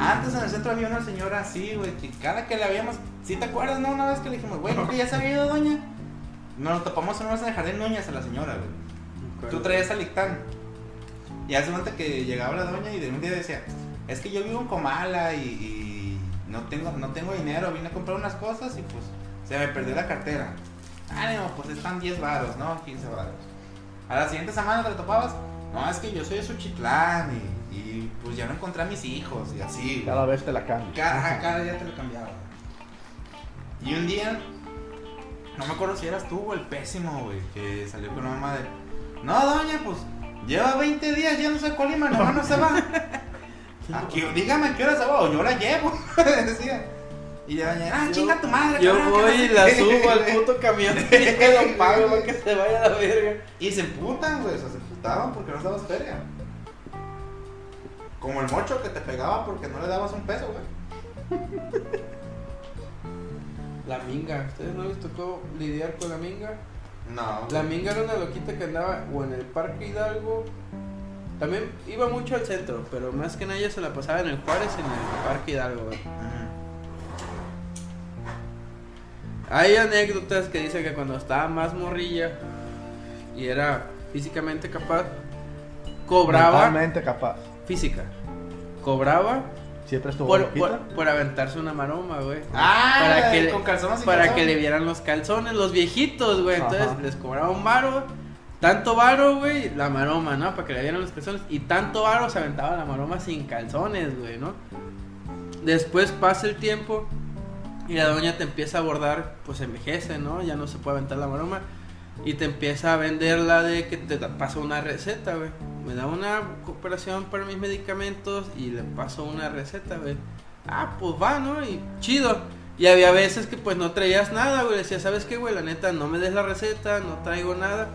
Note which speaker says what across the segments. Speaker 1: antes en el centro había una señora así, güey, que cada que la veíamos, si te acuerdas, ¿no? Una vez que le dijimos, güey, ¿no que ya se había ido, doña. Nos topamos una vez en el jardín Núñez a la señora, güey. Tú traías al dictán. Y hace cuenta que llegaba la doña y de un día decía, es que yo vivo en Comala y, y no, tengo, no tengo dinero, vine a comprar unas cosas y pues se me perdió la cartera. Ah, no, pues están 10 varos, ¿no? 15 varos. A la siguiente semana te la topabas, no, es que yo soy de Suchitlán y, y, pues ya no encontré a mis hijos y así.
Speaker 2: Cada vez te la cambio.
Speaker 1: Cada, cada día te lo cambiaba. Y un día, no me acuerdo si eras tú o el pésimo, güey, que salió con una madre. No, doña, pues lleva 20 días, ya no sé cuál Colima, nomás no se va. Aquí, dígame a qué hora se va o yo la llevo, decía. Y la doña, ah, chinga tu madre,
Speaker 3: Yo
Speaker 1: cabrón, que no
Speaker 3: voy
Speaker 1: sé
Speaker 3: y la
Speaker 1: qué".
Speaker 3: subo al puto camión y me lo pago para que se vaya a la verga.
Speaker 1: Y se emputan, güey, o sea, se emputaban porque no les dabas feria. Como el mocho que te pegaba porque no le dabas un peso, güey.
Speaker 3: La minga, ¿ustedes no les tocó lidiar con la minga?
Speaker 1: No.
Speaker 3: La minga era una loquita que andaba o en el Parque Hidalgo. También iba mucho al centro, pero más que nada ella se la pasaba en el Juárez y en el Parque Hidalgo. güey.
Speaker 1: Ujú.
Speaker 3: Hay anécdotas que dicen que cuando estaba más morrilla y era físicamente capaz, cobraba
Speaker 2: Mentalmente capaz.
Speaker 3: física. Cobraba
Speaker 2: Siempre estuvo
Speaker 3: por,
Speaker 2: loquita.
Speaker 3: por- por aventarse una maroma, güey.
Speaker 1: Ah,
Speaker 3: Para que
Speaker 1: eh,
Speaker 3: le-
Speaker 1: con calzones y
Speaker 3: Para
Speaker 1: calzones.
Speaker 3: que le vieran los calzones, los viejitos, güey. Entonces
Speaker 2: Ajá.
Speaker 3: les cobraba un varo, tanto varo, güey, la maroma, ¿no? Para que le vieran los calzones. Y tanto varo se aventaba la maroma sin calzones, güey, ¿no? Después pasa el tiempo y la doña te empieza a abordar, pues envejece, ¿no? Ya no se puede aventar la maroma. Y te empieza a vender la de que te da- pasa una receta, güey. Me da una cooperación para mis medicamentos y le paso una receta, güey. Ah, pues va, ¿no? Y chido. Y había veces que pues no traías nada, güey. Decía, ¿sabes qué, güey? La neta, no me des la receta, no traigo nada.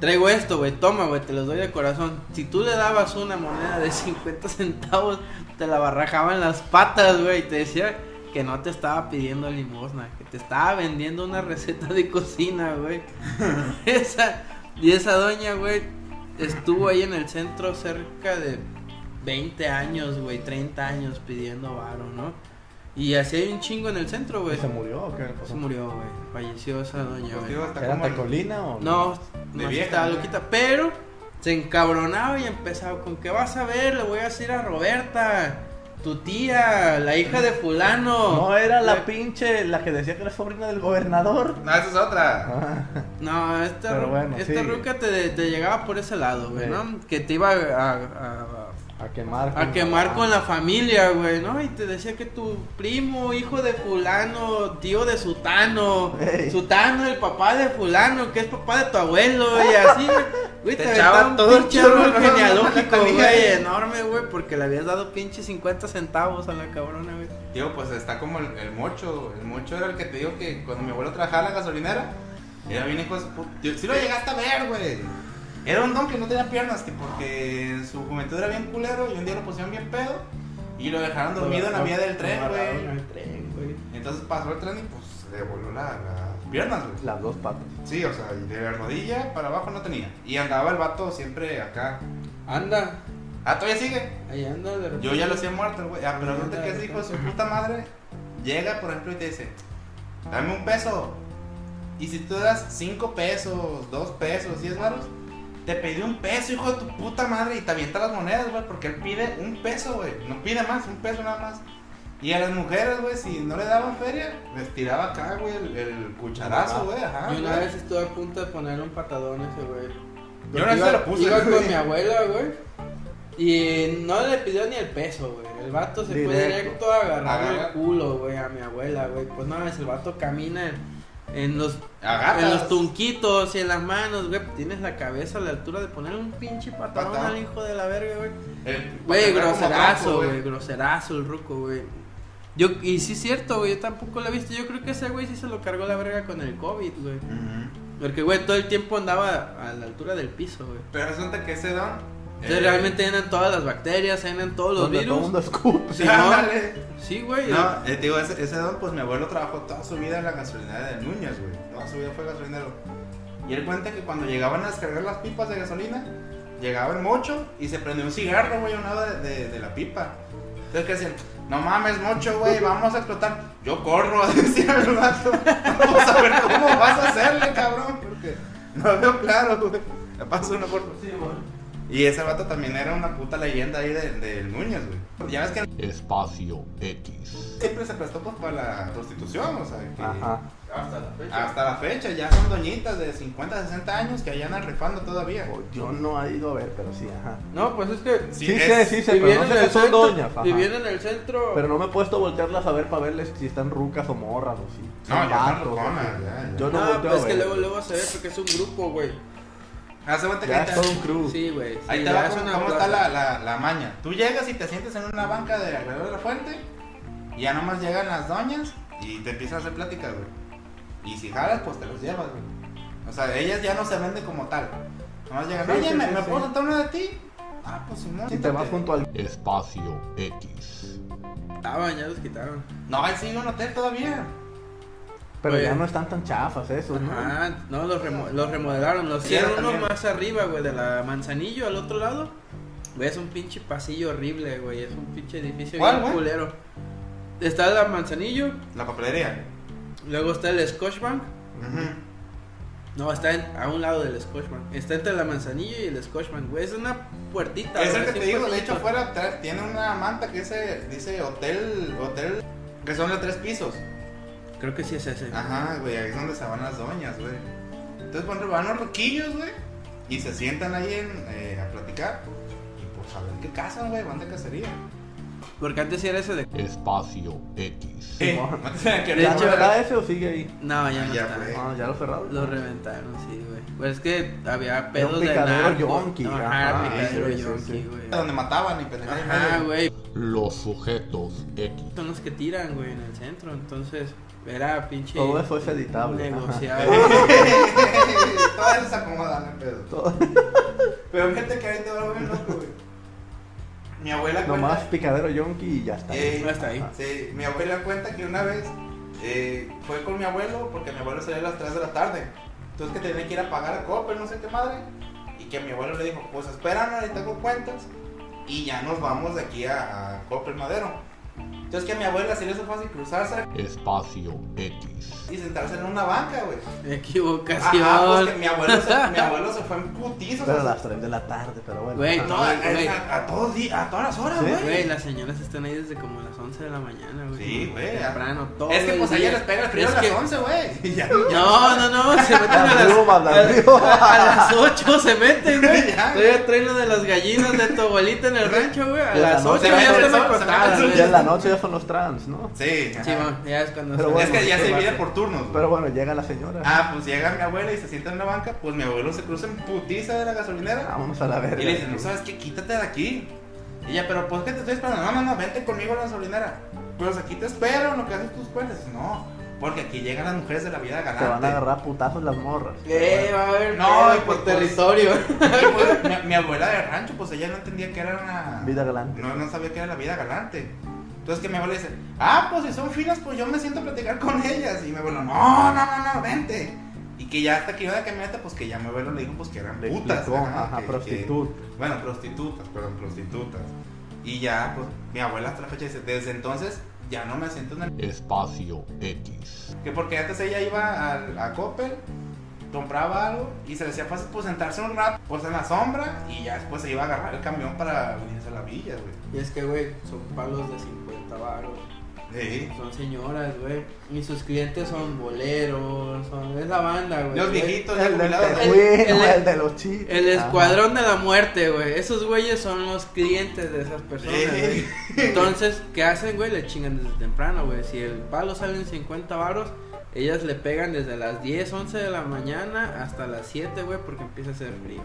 Speaker 3: Traigo esto, güey. Toma, güey, te los doy de corazón. Si tú le dabas una moneda de 50 centavos, te la barrajaban las patas, güey. Y te decía que no te estaba pidiendo limosna, que te estaba vendiendo una receta de cocina, güey. esa, y esa doña, güey, estuvo ahí en el centro cerca de 20 años, güey, 30 años pidiendo varo, ¿no? Y así hay un chingo en el centro,
Speaker 2: ¿Y
Speaker 3: güey.
Speaker 2: se murió o qué? le
Speaker 3: pues, Se
Speaker 2: pasó?
Speaker 3: murió, güey. Falleció esa doña,
Speaker 1: Pues,
Speaker 3: güey.
Speaker 1: digo, está
Speaker 2: ¿Era
Speaker 1: como el-
Speaker 2: tacolina o
Speaker 3: No,
Speaker 1: De
Speaker 3: no sí
Speaker 1: vieja,
Speaker 3: estaba
Speaker 1: ¿no?
Speaker 3: loquita, pero se encabronaba y empezaba con que vas a ver, le voy a decir a Roberta, tu tía, la hija de fulano.
Speaker 2: No, era la
Speaker 3: Le-
Speaker 2: pinche, la que decía que era sobrina del gobernador.
Speaker 1: No, esa es otra.
Speaker 2: Ah,
Speaker 3: No, esta,
Speaker 2: Pero
Speaker 3: ru-
Speaker 2: bueno,
Speaker 3: esta
Speaker 2: sí.
Speaker 3: ruca te, te llegaba por ese lado, güey,
Speaker 2: Sí.
Speaker 3: ¿no? Que te iba a, a-
Speaker 2: a quemar.
Speaker 3: a- a quemar con la familia, güey, ¿no? Y te decía que tu primo, hijo de fulano, tío de sutano,
Speaker 2: Ey.
Speaker 3: sutano, el papá de fulano, que es papá de tu abuelo, y así, güey. Güey,
Speaker 1: Te
Speaker 3: te
Speaker 1: echaba
Speaker 3: aventaba un
Speaker 1: todo el
Speaker 3: pinche
Speaker 1: chorro,
Speaker 3: árbol
Speaker 1: ¿no?
Speaker 3: genealógico,
Speaker 1: Tenía.
Speaker 3: güey, enorme, güey, porque le habías dado pinche 50 centavos a la cabrona, güey.
Speaker 1: Digo, pues está como el, el mocho. El mocho era el que te digo que cuando mi abuelo trabajaba en la gasolinera, era bien hijo de su puta. Si lo llegaste a ver, güey. Era un don que no tenía piernas, que porque en su juventud era bien culero y un día lo pusieron bien pedo y lo dejaron dormido en la vía del tren,
Speaker 3: Amarrado en
Speaker 1: güey.
Speaker 3: el tren, güey.
Speaker 1: Entonces pasó el tren y pues le voló la- las piernas, güey.
Speaker 2: Las dos patas.
Speaker 1: Sí, o sea, y de la rodilla para abajo no tenía. Y andaba el vato siempre acá.
Speaker 3: Anda,
Speaker 1: Ah, todavía sigue.
Speaker 3: ahí anda de repente.
Speaker 1: Yo ya lo hacía muerto, güey. Ah, pero no te quedes hijo de su puta madre. Llega, por ejemplo, y te dice, dame un peso. Y si tú das cinco pesos, dos pesos, diez varos, te pedí un peso, hijo de tu puta madre. Y te avienta las monedas, güey, porque él pide un peso, güey. No pide más, un peso nada más. Y a las mujeres, güey, si no le daban feria, les tiraba acá, güey, el, el cucharazo, güey. Ajá.
Speaker 3: Yo una
Speaker 1: Ah, güey.
Speaker 3: vez estuve a punto de poner un patadón a ese güey.
Speaker 1: Yo una vez
Speaker 3: Iba-
Speaker 1: se lo puse,
Speaker 3: Iba
Speaker 1: güey.
Speaker 3: con mi abuela, güey. Y no le pidió ni el peso, güey. El vato se fue
Speaker 2: Directo.
Speaker 3: directo a agarrar el
Speaker 1: Agarra.
Speaker 3: culo, güey, a mi abuela, güey. Pues no, es el vato camina en, en los
Speaker 1: Agarras.
Speaker 3: en los tunquitos y en las manos, güey. Tienes la cabeza a la altura de poner un pinche patadón
Speaker 1: Patadón.
Speaker 3: al hijo de la verga, güey.
Speaker 1: El-
Speaker 3: Güey,
Speaker 1: como
Speaker 3: groserazo,
Speaker 1: tronco,
Speaker 3: güey, groserazo el ruco, güey. Yo, y sí es cierto, güey, yo tampoco lo he visto. Yo creo que ese güey sí se lo cargó la verga con el COVID, güey.
Speaker 1: Ujú.
Speaker 3: Porque, güey, todo el tiempo andaba a la altura del piso, güey.
Speaker 1: Pero resulta que ese don...
Speaker 3: Entonces,
Speaker 1: eh,
Speaker 3: realmente eran todas las bacterias, eran todos los
Speaker 2: Donde todo el
Speaker 3: virus.
Speaker 2: mundo escupe.
Speaker 3: Sí,
Speaker 1: Sí,
Speaker 3: ¿no?
Speaker 1: ándale.
Speaker 3: Sí, güey.
Speaker 1: No, eh, te digo, ese, ese don, pues mi abuelo trabajó toda su vida en la gasolinera de Núñez, güey. Toda su vida fue gasolinero. Y él cuenta que cuando llegaban a descargar las pipas de gasolina, llegaba el mocho y se prendía un cigarro, güey, a un lado de, de- de la pipa. Entonces que decían, no mames, mocho, güey, vamos a explotar. Yo corro, decía el vato. Vamos a ver cómo vas a hacerle, cabrón, porque no veo claro, güey. Me paso una por Y ese vato también era una puta leyenda ahí del de, del Núñez, güey. Ya ves que
Speaker 4: Espacio X.
Speaker 1: siempre se prestó pues, para la prostitución, o sea, que
Speaker 2: Ajá.
Speaker 3: Hasta la fecha.
Speaker 2: Ah.
Speaker 1: hasta la fecha ya son doñitas de 50, 60 años que allá andan rifando todavía.
Speaker 2: Oh, yo no he ido a ver, pero sí, ajá.
Speaker 3: No, pues es que.
Speaker 1: Sí,
Speaker 2: Sí,
Speaker 1: es-
Speaker 2: sé, sí, sé,
Speaker 3: Si
Speaker 2: pero
Speaker 3: vienen
Speaker 2: no sé
Speaker 3: del
Speaker 2: que son
Speaker 3: centro.
Speaker 2: doñas. ajá.
Speaker 3: Si vienen del centro.
Speaker 2: Pero no me he puesto a voltearlas a ver para verles si están rucas o morras o si.
Speaker 1: No,
Speaker 2: son
Speaker 1: ya están
Speaker 2: vatos,
Speaker 1: ruconas,
Speaker 2: o si-
Speaker 1: ya, ya.
Speaker 2: Yo no
Speaker 3: Ah,
Speaker 2: volteo
Speaker 3: pues es
Speaker 2: a
Speaker 3: que
Speaker 2: ver.
Speaker 3: luego, luego se ve porque es un grupo, güey.
Speaker 1: Hace cuenta que
Speaker 2: Ya
Speaker 1: ahí te-
Speaker 2: es todo un crew.
Speaker 3: Sí, güey. sí,
Speaker 1: Ahí te
Speaker 3: ya
Speaker 1: va
Speaker 3: es
Speaker 1: cómo,
Speaker 3: una
Speaker 1: cómo
Speaker 3: plaza.
Speaker 1: está la, la, la maña. Tú llegas y te sientes en una banca de alrededor de la fuente. Y ya nomás llegan las doñas y te empiezan a hacer pláticas, güey. Y si jalas, pues te los llevas, güey. O sea, ellas ya no se venden como tal. Nomás llegan,
Speaker 3: Sí,
Speaker 1: oye,
Speaker 3: sí,
Speaker 1: ¿me,
Speaker 3: sí,
Speaker 1: me
Speaker 3: sí.
Speaker 1: puedo sentar una de ti? Ah, pues Simón.
Speaker 2: Si te vas
Speaker 1: siéntate.
Speaker 2: junto al.
Speaker 4: Espacio X.
Speaker 3: Estaban, ya los quitaron.
Speaker 1: No, ahí sigue un hotel todavía.
Speaker 2: Pero
Speaker 3: Oye.
Speaker 2: ya no están tan chafas esos, ¿no?
Speaker 3: Ajá, no, los, remo- los remodelaron. Los
Speaker 1: Sí, era
Speaker 3: hicieron uno
Speaker 1: también.
Speaker 3: más arriba, güey, de la Manzanillo al otro lado. Güey, es un pinche pasillo horrible, güey. Es un pinche edificio
Speaker 1: ¿Cuál,
Speaker 3: bien
Speaker 1: güey?
Speaker 3: culero. Está la Manzanillo,
Speaker 1: La papelería.
Speaker 3: luego está el Scotiabank.
Speaker 1: Ujú.
Speaker 3: No, está en- a un lado del Scotiabank. Está entre la Manzanillo y el Scotiabank, güey. Es una puertita.
Speaker 1: Es
Speaker 3: güey,
Speaker 1: el que te
Speaker 3: así un
Speaker 1: digo, de
Speaker 3: pasillito.
Speaker 1: hecho, afuera tra- tiene una manta que dice, dice hotel, hotel, que son de tres pisos.
Speaker 3: Creo que sí es ese.
Speaker 1: Ajá, güey, ahí es donde se van las doñas, güey. Entonces, cuando van los roquillos, güey, y se sientan ahí en, eh, a platicar, y pues a ver qué casan, güey, van de cacería.
Speaker 3: Porque antes sí era ese de.
Speaker 4: Espacio X.
Speaker 1: Sí,
Speaker 2: mon.
Speaker 1: no te tengan que
Speaker 3: De
Speaker 2: ¿Ya
Speaker 1: hablar,
Speaker 2: no
Speaker 3: hecho,
Speaker 1: güey.
Speaker 2: está ese o sigue ahí?
Speaker 3: No, ya no
Speaker 1: Ya
Speaker 3: está.
Speaker 1: fue.
Speaker 2: Ah, ya lo cerraron.
Speaker 3: Lo reventaron, sí, güey. Pues es que había pedos de
Speaker 2: picadero
Speaker 3: narco.
Speaker 2: yonki,
Speaker 3: Ajá,
Speaker 2: ajá,
Speaker 3: picadero
Speaker 2: sí, sí,
Speaker 3: yonki,
Speaker 2: sí.
Speaker 3: güey.
Speaker 1: donde mataban y pendejadas.
Speaker 3: Ajá, güey.
Speaker 4: Los sujetos X.
Speaker 3: Son los que tiran, güey, en el centro. Entonces, era pinche.
Speaker 2: Todo eso es editable, ajá.
Speaker 3: Negociado.
Speaker 1: Todas se acomodan, no hay pedo.
Speaker 2: Todo-
Speaker 1: Pero fíjate que ahorita va bien loco, güey. Mi abuela cuenta...
Speaker 2: Nomás picadero yonki y ya está.
Speaker 1: Eh,
Speaker 3: Hasta ahí.
Speaker 1: Sí, mi abuela cuenta que una vez eh, fue con mi abuelo, porque mi abuelo salía a las 3 de la tarde. Entonces que tenía que ir a pagar a Coppel, no sé qué madre. Y que mi abuelo le dijo, pues espérame, ahorita hago cuentas. Y ya nos vamos de aquí a, a Coppel Madero. Entonces que a mi abuela se le hizo fácil cruzarse
Speaker 4: Espacio X.
Speaker 1: y sentarse en una banca, güey.
Speaker 3: Equivocación.
Speaker 1: Ajá, pues que mi abuelo se, mi abuelo se fue en putizos.
Speaker 2: Pero a
Speaker 1: o sea,
Speaker 2: las 3 de la tarde, pero bueno.
Speaker 3: Güey,
Speaker 2: Ajá.
Speaker 1: no, a, a- a todos di- a todas las horas,
Speaker 2: Sí.
Speaker 1: güey.
Speaker 3: Güey, las señoras están ahí desde como las 11 de la mañana, güey.
Speaker 1: Sí, güey.
Speaker 3: Temprano, todo.
Speaker 1: es que
Speaker 3: el
Speaker 1: pues
Speaker 3: día.
Speaker 1: allá les pega el frío
Speaker 3: Es
Speaker 1: a las
Speaker 3: que-
Speaker 1: 11, güey. Y ya-
Speaker 3: No, no, no, se meten a
Speaker 2: La
Speaker 3: las,
Speaker 2: bruma, la bruma.
Speaker 3: a, a las 8 se meten, güey.
Speaker 1: Ya.
Speaker 3: Todavía traen lo de las gallinas de tu abuelita en el rancho, güey. A
Speaker 2: Ya la
Speaker 3: las
Speaker 2: noche.
Speaker 3: 8 ya
Speaker 1: Se
Speaker 3: están
Speaker 1: ve el sol,
Speaker 3: acostadas,
Speaker 1: se ve el
Speaker 3: güey.
Speaker 2: Ya en la noche ya son los trans, ¿no?
Speaker 1: Sí, ajá.
Speaker 3: Sí, bueno, ya es cuando
Speaker 2: Pero
Speaker 3: se- este
Speaker 2: bueno,
Speaker 1: es que ya
Speaker 3: se
Speaker 1: se divide
Speaker 3: baja.
Speaker 1: por turnos. güey.
Speaker 2: Pero bueno, llega la señora.
Speaker 1: Ah, pues llega mi abuela y se sienta en la banca, pues mi abuelo se cruza en putiza de la gasolinera.
Speaker 2: Vámonos a la Ah, verga.
Speaker 1: y le dice, no sabes qué, quítate de aquí. Y ella, pero pues que te estoy esperando. No, no, no, vente conmigo a la gasolinera. Pues aquí te espero, en lo que haces tus cuentas. No, porque aquí llegan las mujeres de la vida
Speaker 2: Te
Speaker 1: galante.
Speaker 2: van a agarrar a putazos las morras.
Speaker 3: Eh, va a haber
Speaker 1: No,
Speaker 3: pedo
Speaker 1: y
Speaker 3: por
Speaker 1: pues, pues,
Speaker 3: territorio.
Speaker 1: Y, pues, mi, mi abuela de rancho, pues ella no entendía que era una.
Speaker 2: Vida galante.
Speaker 1: No, no sabía que era la vida galante. Entonces que mi abuela dice, ah, pues si son finas, pues yo me siento a platicar con ellas. Y mi abuelo, no, no, no, no, vente. Y que ya hasta que iba de camioneta, pues que ya mi abuelo le dijo pues que eran
Speaker 2: Le
Speaker 1: putas.
Speaker 2: explicó,
Speaker 3: Ah,
Speaker 1: ajá,
Speaker 2: ajá,
Speaker 1: que-
Speaker 2: prostituta.
Speaker 1: que- bueno, prostitutas, perdón, prostitutas. Y ya, pues, mi abuela hasta la fecha dice, desde entonces ya no me siento en el...
Speaker 4: Espacio X.
Speaker 1: Que porque antes ella iba al- a, Coppel, compraba algo y se le hacía fácil pues sentarse un rato, pues en la sombra, y ya después se iba a agarrar el camión para venirse a la villa, güey.
Speaker 3: Y es que, güey, son palos de 50 baros.
Speaker 1: Sí.
Speaker 3: Son señoras, güey. Y sus clientes son boleros, son... Es la banda, güey.
Speaker 1: Los
Speaker 3: güey.
Speaker 1: viejitos, ya
Speaker 2: El del
Speaker 1: jubilados.
Speaker 3: el-
Speaker 2: tejuino,
Speaker 3: el-
Speaker 2: el de los chicos.
Speaker 3: El escuadrón de la muerte, güey. Esos güeyes son los clientes de esas personas, güey.
Speaker 1: Sí.
Speaker 3: Entonces, ¿qué hacen, güey? Le chingan desde temprano, güey. Si el palo sale en 50 varos, ellas le pegan desde las 10, 11 de la mañana hasta las 7, güey, porque empieza a hacer frío.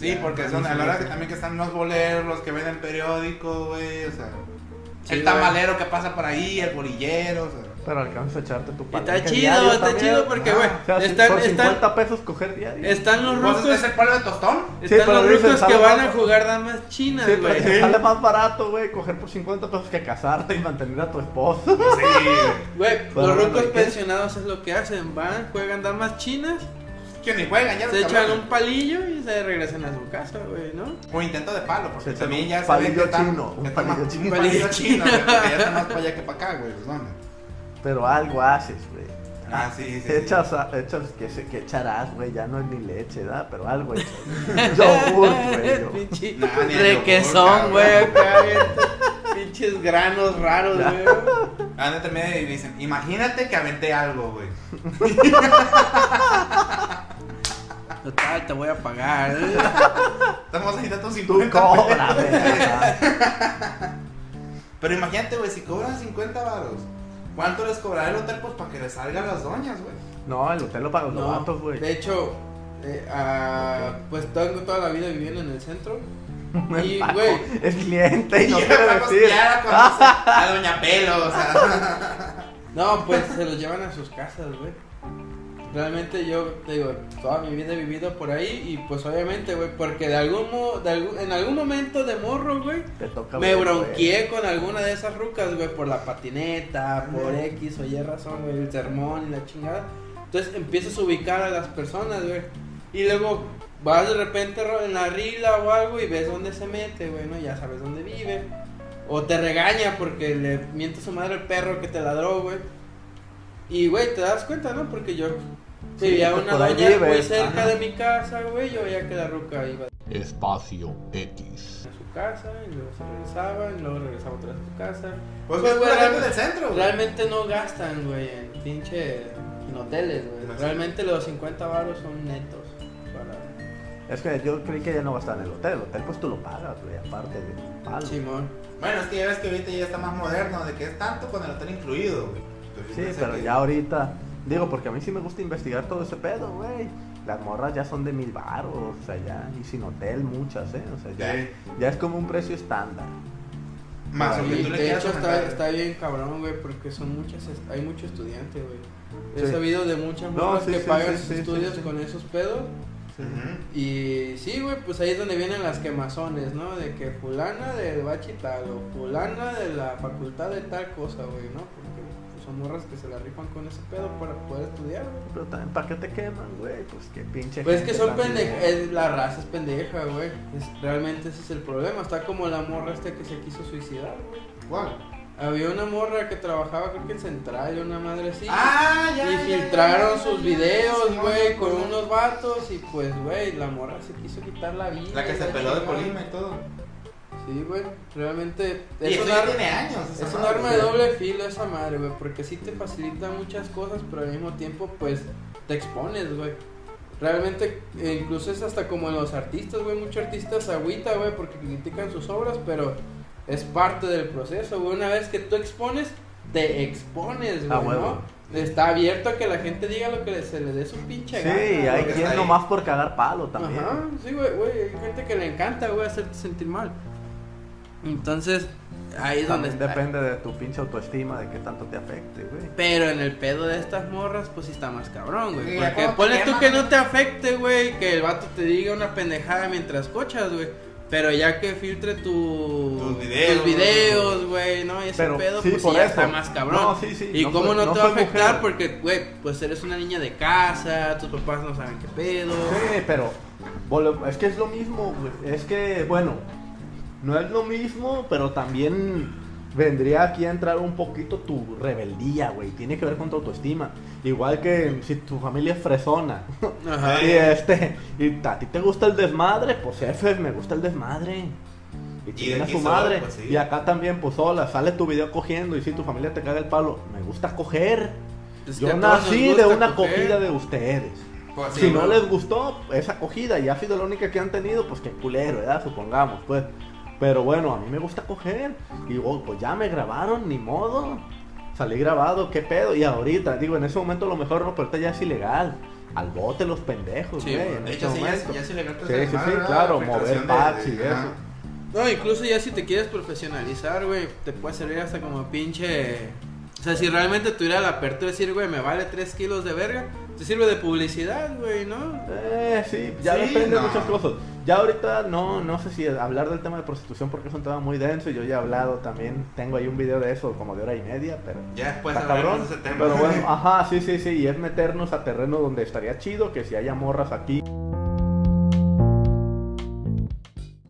Speaker 1: Sí,
Speaker 3: Ya,
Speaker 1: porque son a la hora que también que están los boleros, los que venden periódico, güey, o sea.
Speaker 3: Sí,
Speaker 1: el
Speaker 3: güey.
Speaker 1: tamalero que pasa por ahí, el bolillero, o sea.
Speaker 2: Pero alcanza a echarte tu
Speaker 3: Y
Speaker 2: palanca
Speaker 3: está chido,
Speaker 2: diario
Speaker 3: está
Speaker 2: también.
Speaker 3: chido porque,
Speaker 1: Ah,
Speaker 3: güey,
Speaker 2: O sea, si-
Speaker 3: están,
Speaker 2: por
Speaker 3: están,
Speaker 2: 50 pesos coger diario.
Speaker 3: están los
Speaker 1: ¿Vos
Speaker 3: rucos,
Speaker 1: es el palo de tostón?
Speaker 2: Sí,
Speaker 3: están
Speaker 2: pero
Speaker 3: los
Speaker 2: dicen,
Speaker 3: rucos que
Speaker 2: sale
Speaker 3: van a
Speaker 2: más-
Speaker 3: jugar damas chinas,
Speaker 2: Sí, pero
Speaker 3: güey.
Speaker 2: te sale más barato, güey, coger por 50 pesos que casarte y mantener a tu esposo.
Speaker 1: Sí.
Speaker 3: Güey, los
Speaker 2: Bueno, bueno,
Speaker 3: rucos
Speaker 2: ¿y qué?
Speaker 3: pensionados es lo que hacen, van, juegan damas chinas
Speaker 1: que ni juegan, ya los
Speaker 3: Se echan
Speaker 1: cabrones.
Speaker 3: un palillo y se regresan a su casa, güey, ¿no?
Speaker 1: O intento de palo, porque
Speaker 2: Se echan
Speaker 1: también
Speaker 2: un
Speaker 1: ya se
Speaker 2: palillo
Speaker 1: ve que están-
Speaker 2: chino, un
Speaker 1: que están
Speaker 2: palillo
Speaker 1: más-
Speaker 2: chino.
Speaker 1: Un palillo
Speaker 3: Palillo
Speaker 1: chino,
Speaker 3: chino.
Speaker 1: güey, porque ya está más para allá que para acá, güey. Pues dónde.
Speaker 2: Pero algo haces, güey.
Speaker 1: Ah, sí, sí, sí.
Speaker 2: Echas, a- echas que, se- que echarás, güey, ya no es ni leche, ¿verdad? Pero algo echas. Yogurt, güey. yo-
Speaker 3: Pinche
Speaker 1: Nah, ni el yogur,
Speaker 3: requesón, güey,
Speaker 1: cabrón.
Speaker 3: acá, bien, Pinches granos raros, güey.
Speaker 1: Ah, no, también y dicen, imagínate que aventé algo, güey.
Speaker 3: Total, te voy a pagar.
Speaker 1: Estamos ahí datos
Speaker 2: Tú
Speaker 1: 50
Speaker 2: cobra,
Speaker 1: pesos.
Speaker 2: güey. ajá.
Speaker 1: Pero imagínate, güey, si cobran 50 varos, ¿cuánto les cobrará el hotel pues para que les salgan las doñas, güey?
Speaker 2: No, el hotel lo pagan los
Speaker 3: No,
Speaker 2: vatos, güey.
Speaker 3: De hecho, eh, ah, pues tengo toda la vida viviendo en el centro. Y,
Speaker 2: Paco
Speaker 3: güey,
Speaker 2: Es cliente y no
Speaker 1: ya
Speaker 2: quiere
Speaker 1: Paco
Speaker 2: decir.
Speaker 1: Seara conoce a Doña Pelo, o sea. pues,
Speaker 3: no, pues se los llevan a sus casas, güey. Realmente yo, te digo, toda mi vida he vivido por ahí y pues obviamente, güey, porque de algún, mo- de algún- en algún momento de morro, güey,
Speaker 2: Te toca
Speaker 3: me
Speaker 2: ver, güey.
Speaker 3: bronqueé con alguna de esas rucas, güey, por la patineta, por X o Y razón, güey, el sermón y la chingada. Entonces empiezas a ubicar a las personas, güey. Y luego vas de repente ro- en la rila o algo y ves dónde se mete, güey, ¿no? Ya sabes dónde vive. O te regaña porque le miente su madre el perro que te ladró, güey. Y, güey, te das cuenta, ¿no? Porque yo
Speaker 2: Sí,
Speaker 3: vivía
Speaker 2: pues,
Speaker 3: una
Speaker 2: por ahí
Speaker 3: doña muy
Speaker 2: vives,
Speaker 3: cerca
Speaker 2: ajá.
Speaker 3: de mi casa, güey. Yo veía que la ruca iba
Speaker 4: Espacio X.
Speaker 3: a su casa y luego se regresaban, y luego regresaba otra vez a su casa.
Speaker 1: Pues
Speaker 3: Pues,
Speaker 1: es
Speaker 3: güey,
Speaker 1: pura gente
Speaker 3: realmente-
Speaker 1: del centro, güey.
Speaker 3: Realmente no gastan, güey, en pinche en hoteles, güey.
Speaker 1: Gracias.
Speaker 3: Realmente los 50 baros son netos. Para
Speaker 2: Es que yo creí que ya no va a estar en el hotel. El hotel, pues tú lo pagas, güey, aparte de palo. Sí,
Speaker 3: Simón.
Speaker 1: Bueno, es que ya ves que ahorita ya está más moderno, de que es tanto con el hotel incluido, güey. Entonces, yo pensé
Speaker 2: pero
Speaker 1: que-
Speaker 2: ya ahorita. Digo, porque a mí sí me gusta investigar todo ese pedo, güey. Las morras ya son de mil baros, o sea, ya. Y sin hotel, muchas, ¿eh? O sea, ya,
Speaker 1: Sí.
Speaker 2: ya es como un precio estándar.
Speaker 1: Más lo
Speaker 3: Y
Speaker 1: que tú le
Speaker 3: de
Speaker 1: quieras
Speaker 3: hecho está,
Speaker 1: aumentar.
Speaker 3: está bien cabrón, güey, porque son muchas, est- hay mucho estudiante, güey. He
Speaker 2: Sí.
Speaker 3: sabido de muchas
Speaker 2: No,
Speaker 3: morras
Speaker 2: sí,
Speaker 3: que
Speaker 2: sí,
Speaker 3: pagan
Speaker 2: sí,
Speaker 3: sus
Speaker 2: sí, sí,
Speaker 3: estudios
Speaker 2: sí.
Speaker 3: con esos pedos.
Speaker 1: Ujú.
Speaker 3: Y sí, güey, pues ahí es donde vienen las quemazones, ¿no? De que fulana del bachi tal o fulana de la facultad de tal cosa, güey, ¿no? Porque pues, son morras que se la rifan con ese pedo para poder estudiar, güey.
Speaker 2: Pero también, ¿para qué te queman, güey? Pues qué pinche.
Speaker 3: Pues es
Speaker 2: gente
Speaker 3: que son
Speaker 2: también.
Speaker 3: pendejas, la raza es pendeja, güey. Es- realmente ese es el problema. Está como la morra esta que se quiso suicidar, güey.
Speaker 1: ¿Cuál?
Speaker 3: Había una morra que trabajaba, creo que en Central, una madre así.
Speaker 1: Ah, ya.
Speaker 3: y
Speaker 1: ya, ya,
Speaker 3: filtraron
Speaker 1: ya,
Speaker 3: sus
Speaker 1: ya, ya,
Speaker 3: videos,
Speaker 1: Simón,
Speaker 3: güey,
Speaker 1: ya,
Speaker 3: con
Speaker 1: ya.
Speaker 3: unos vatos. Y pues, güey, la morra se quiso quitar la vida.
Speaker 1: La que
Speaker 3: y
Speaker 1: se
Speaker 3: la
Speaker 1: peló de
Speaker 3: chingada.
Speaker 1: Colima y todo.
Speaker 3: Sí, güey, realmente
Speaker 1: Y
Speaker 3: es
Speaker 1: eso
Speaker 3: un,
Speaker 1: ya
Speaker 3: ar-
Speaker 1: tiene años. esa
Speaker 3: es un
Speaker 1: madre.
Speaker 3: arma de doble filo esa madre, güey, porque sí te facilita muchas cosas, pero al mismo tiempo, pues, te expones, güey. Realmente, eh, incluso es hasta como en los artistas, güey, muchos artistas agüita, güey, porque critican sus obras, pero es parte del proceso, güey. Una vez que tú expones, te expones,
Speaker 2: Ah,
Speaker 3: güey,
Speaker 2: huevo.
Speaker 3: ¿no? Está abierto a que la gente diga lo que le- se le dé su pinche
Speaker 2: Sí,
Speaker 3: gana, güey.
Speaker 2: hay
Speaker 1: que está
Speaker 2: quien
Speaker 1: ahí.
Speaker 2: nomás por cagar palo también.
Speaker 3: Ajá, sí, güey, güey, hay gente que le encanta, güey, hacerte sentir mal. Entonces, ahí es donde
Speaker 2: También
Speaker 3: está.
Speaker 2: depende de tu pinche autoestima, de qué tanto te afecte, güey.
Speaker 3: Pero en el pedo de estas morras, pues sí está más cabrón, güey.
Speaker 1: Sí,
Speaker 3: Porque
Speaker 1: ¿cómo te
Speaker 3: ponle tú
Speaker 1: llaman?
Speaker 3: que no te afecte, güey, que el vato te diga una pendejada mientras cochas, güey. Pero ya que filtre tu-
Speaker 1: Tus videos.
Speaker 3: tus videos, güey, ¿no? Ese
Speaker 2: Pero,
Speaker 3: pedo,
Speaker 2: sí,
Speaker 3: pues sí,
Speaker 2: por
Speaker 3: ya
Speaker 2: eso.
Speaker 3: está más cabrón.
Speaker 2: No, sí, sí,
Speaker 3: Y
Speaker 2: no
Speaker 3: cómo
Speaker 2: soy-
Speaker 3: no,
Speaker 2: no
Speaker 3: te va a
Speaker 2: soy
Speaker 3: afectar,
Speaker 2: mujer.
Speaker 3: porque, güey, pues eres una niña de casa, tus papás no saben qué pedo.
Speaker 2: Sí, pero vole- es que es lo mismo, güey. Es que, bueno, no es lo mismo, pero también vendría aquí a entrar un poquito tu rebeldía, güey. Tiene que ver con tu autoestima. Igual que si tu familia es fresona.
Speaker 3: Ajá.
Speaker 2: Y este, y a ti te gusta el desmadre, pues jefe, me gusta el desmadre. Y
Speaker 1: Y de
Speaker 2: tiene a
Speaker 1: aquí
Speaker 2: su
Speaker 1: soy,
Speaker 2: madre.
Speaker 1: pues, sí.
Speaker 2: Y acá también, pues sola, sale tu video cogiendo y si tu familia te caga el palo, me gusta coger.
Speaker 3: Pues, que a
Speaker 2: Yo
Speaker 3: todos nos
Speaker 2: nací de
Speaker 3: gusta
Speaker 2: una
Speaker 3: coger.
Speaker 2: cogida de ustedes.
Speaker 1: Pues sí,
Speaker 2: Si no
Speaker 1: güey.
Speaker 2: les gustó esa acogida y ha sido la única que han tenido, pues que culero, ¿verdad? Supongamos, pues. Pero bueno, a mí me gusta coger. Y oh, pues ya me grabaron, ni modo. Salí grabado, qué pedo. Y ahorita, digo, en ese momento a lo mejor no, pero ahorita ya es ilegal. Al bote los pendejos,
Speaker 3: Sí,
Speaker 2: güey.
Speaker 3: bueno,
Speaker 2: en
Speaker 1: De
Speaker 2: este
Speaker 1: hecho, sí, ya,
Speaker 2: momento.
Speaker 1: es- ya es ilegal
Speaker 2: Sí, sí, sí,
Speaker 1: ¿verdad?
Speaker 2: claro,
Speaker 1: Ah, Filtración
Speaker 2: mover
Speaker 1: de-
Speaker 2: packs y
Speaker 1: de-
Speaker 2: eso.
Speaker 1: ajá.
Speaker 3: No, incluso ya si te quieres profesionalizar, güey, te puede servir hasta como pinche... O sea, si realmente tuviera la apertura de decir, güey, me vale 3 kilos de verga, te sirve de publicidad, güey, ¿no?
Speaker 2: Eh, sí, ya
Speaker 1: Sí,
Speaker 2: depende
Speaker 1: no.
Speaker 2: de muchas cosas. Ya ahorita no, no sé si hablar del tema de prostitución porque es un tema muy denso y yo ya he hablado también, tengo ahí un video de eso como de hora y media, pero...
Speaker 1: Ya después
Speaker 2: está cabrón,
Speaker 1: hablaremos de ese tema.
Speaker 2: pero bueno, ajá, sí, sí, sí, y es meternos a terreno donde estaría chido que si haya morras aquí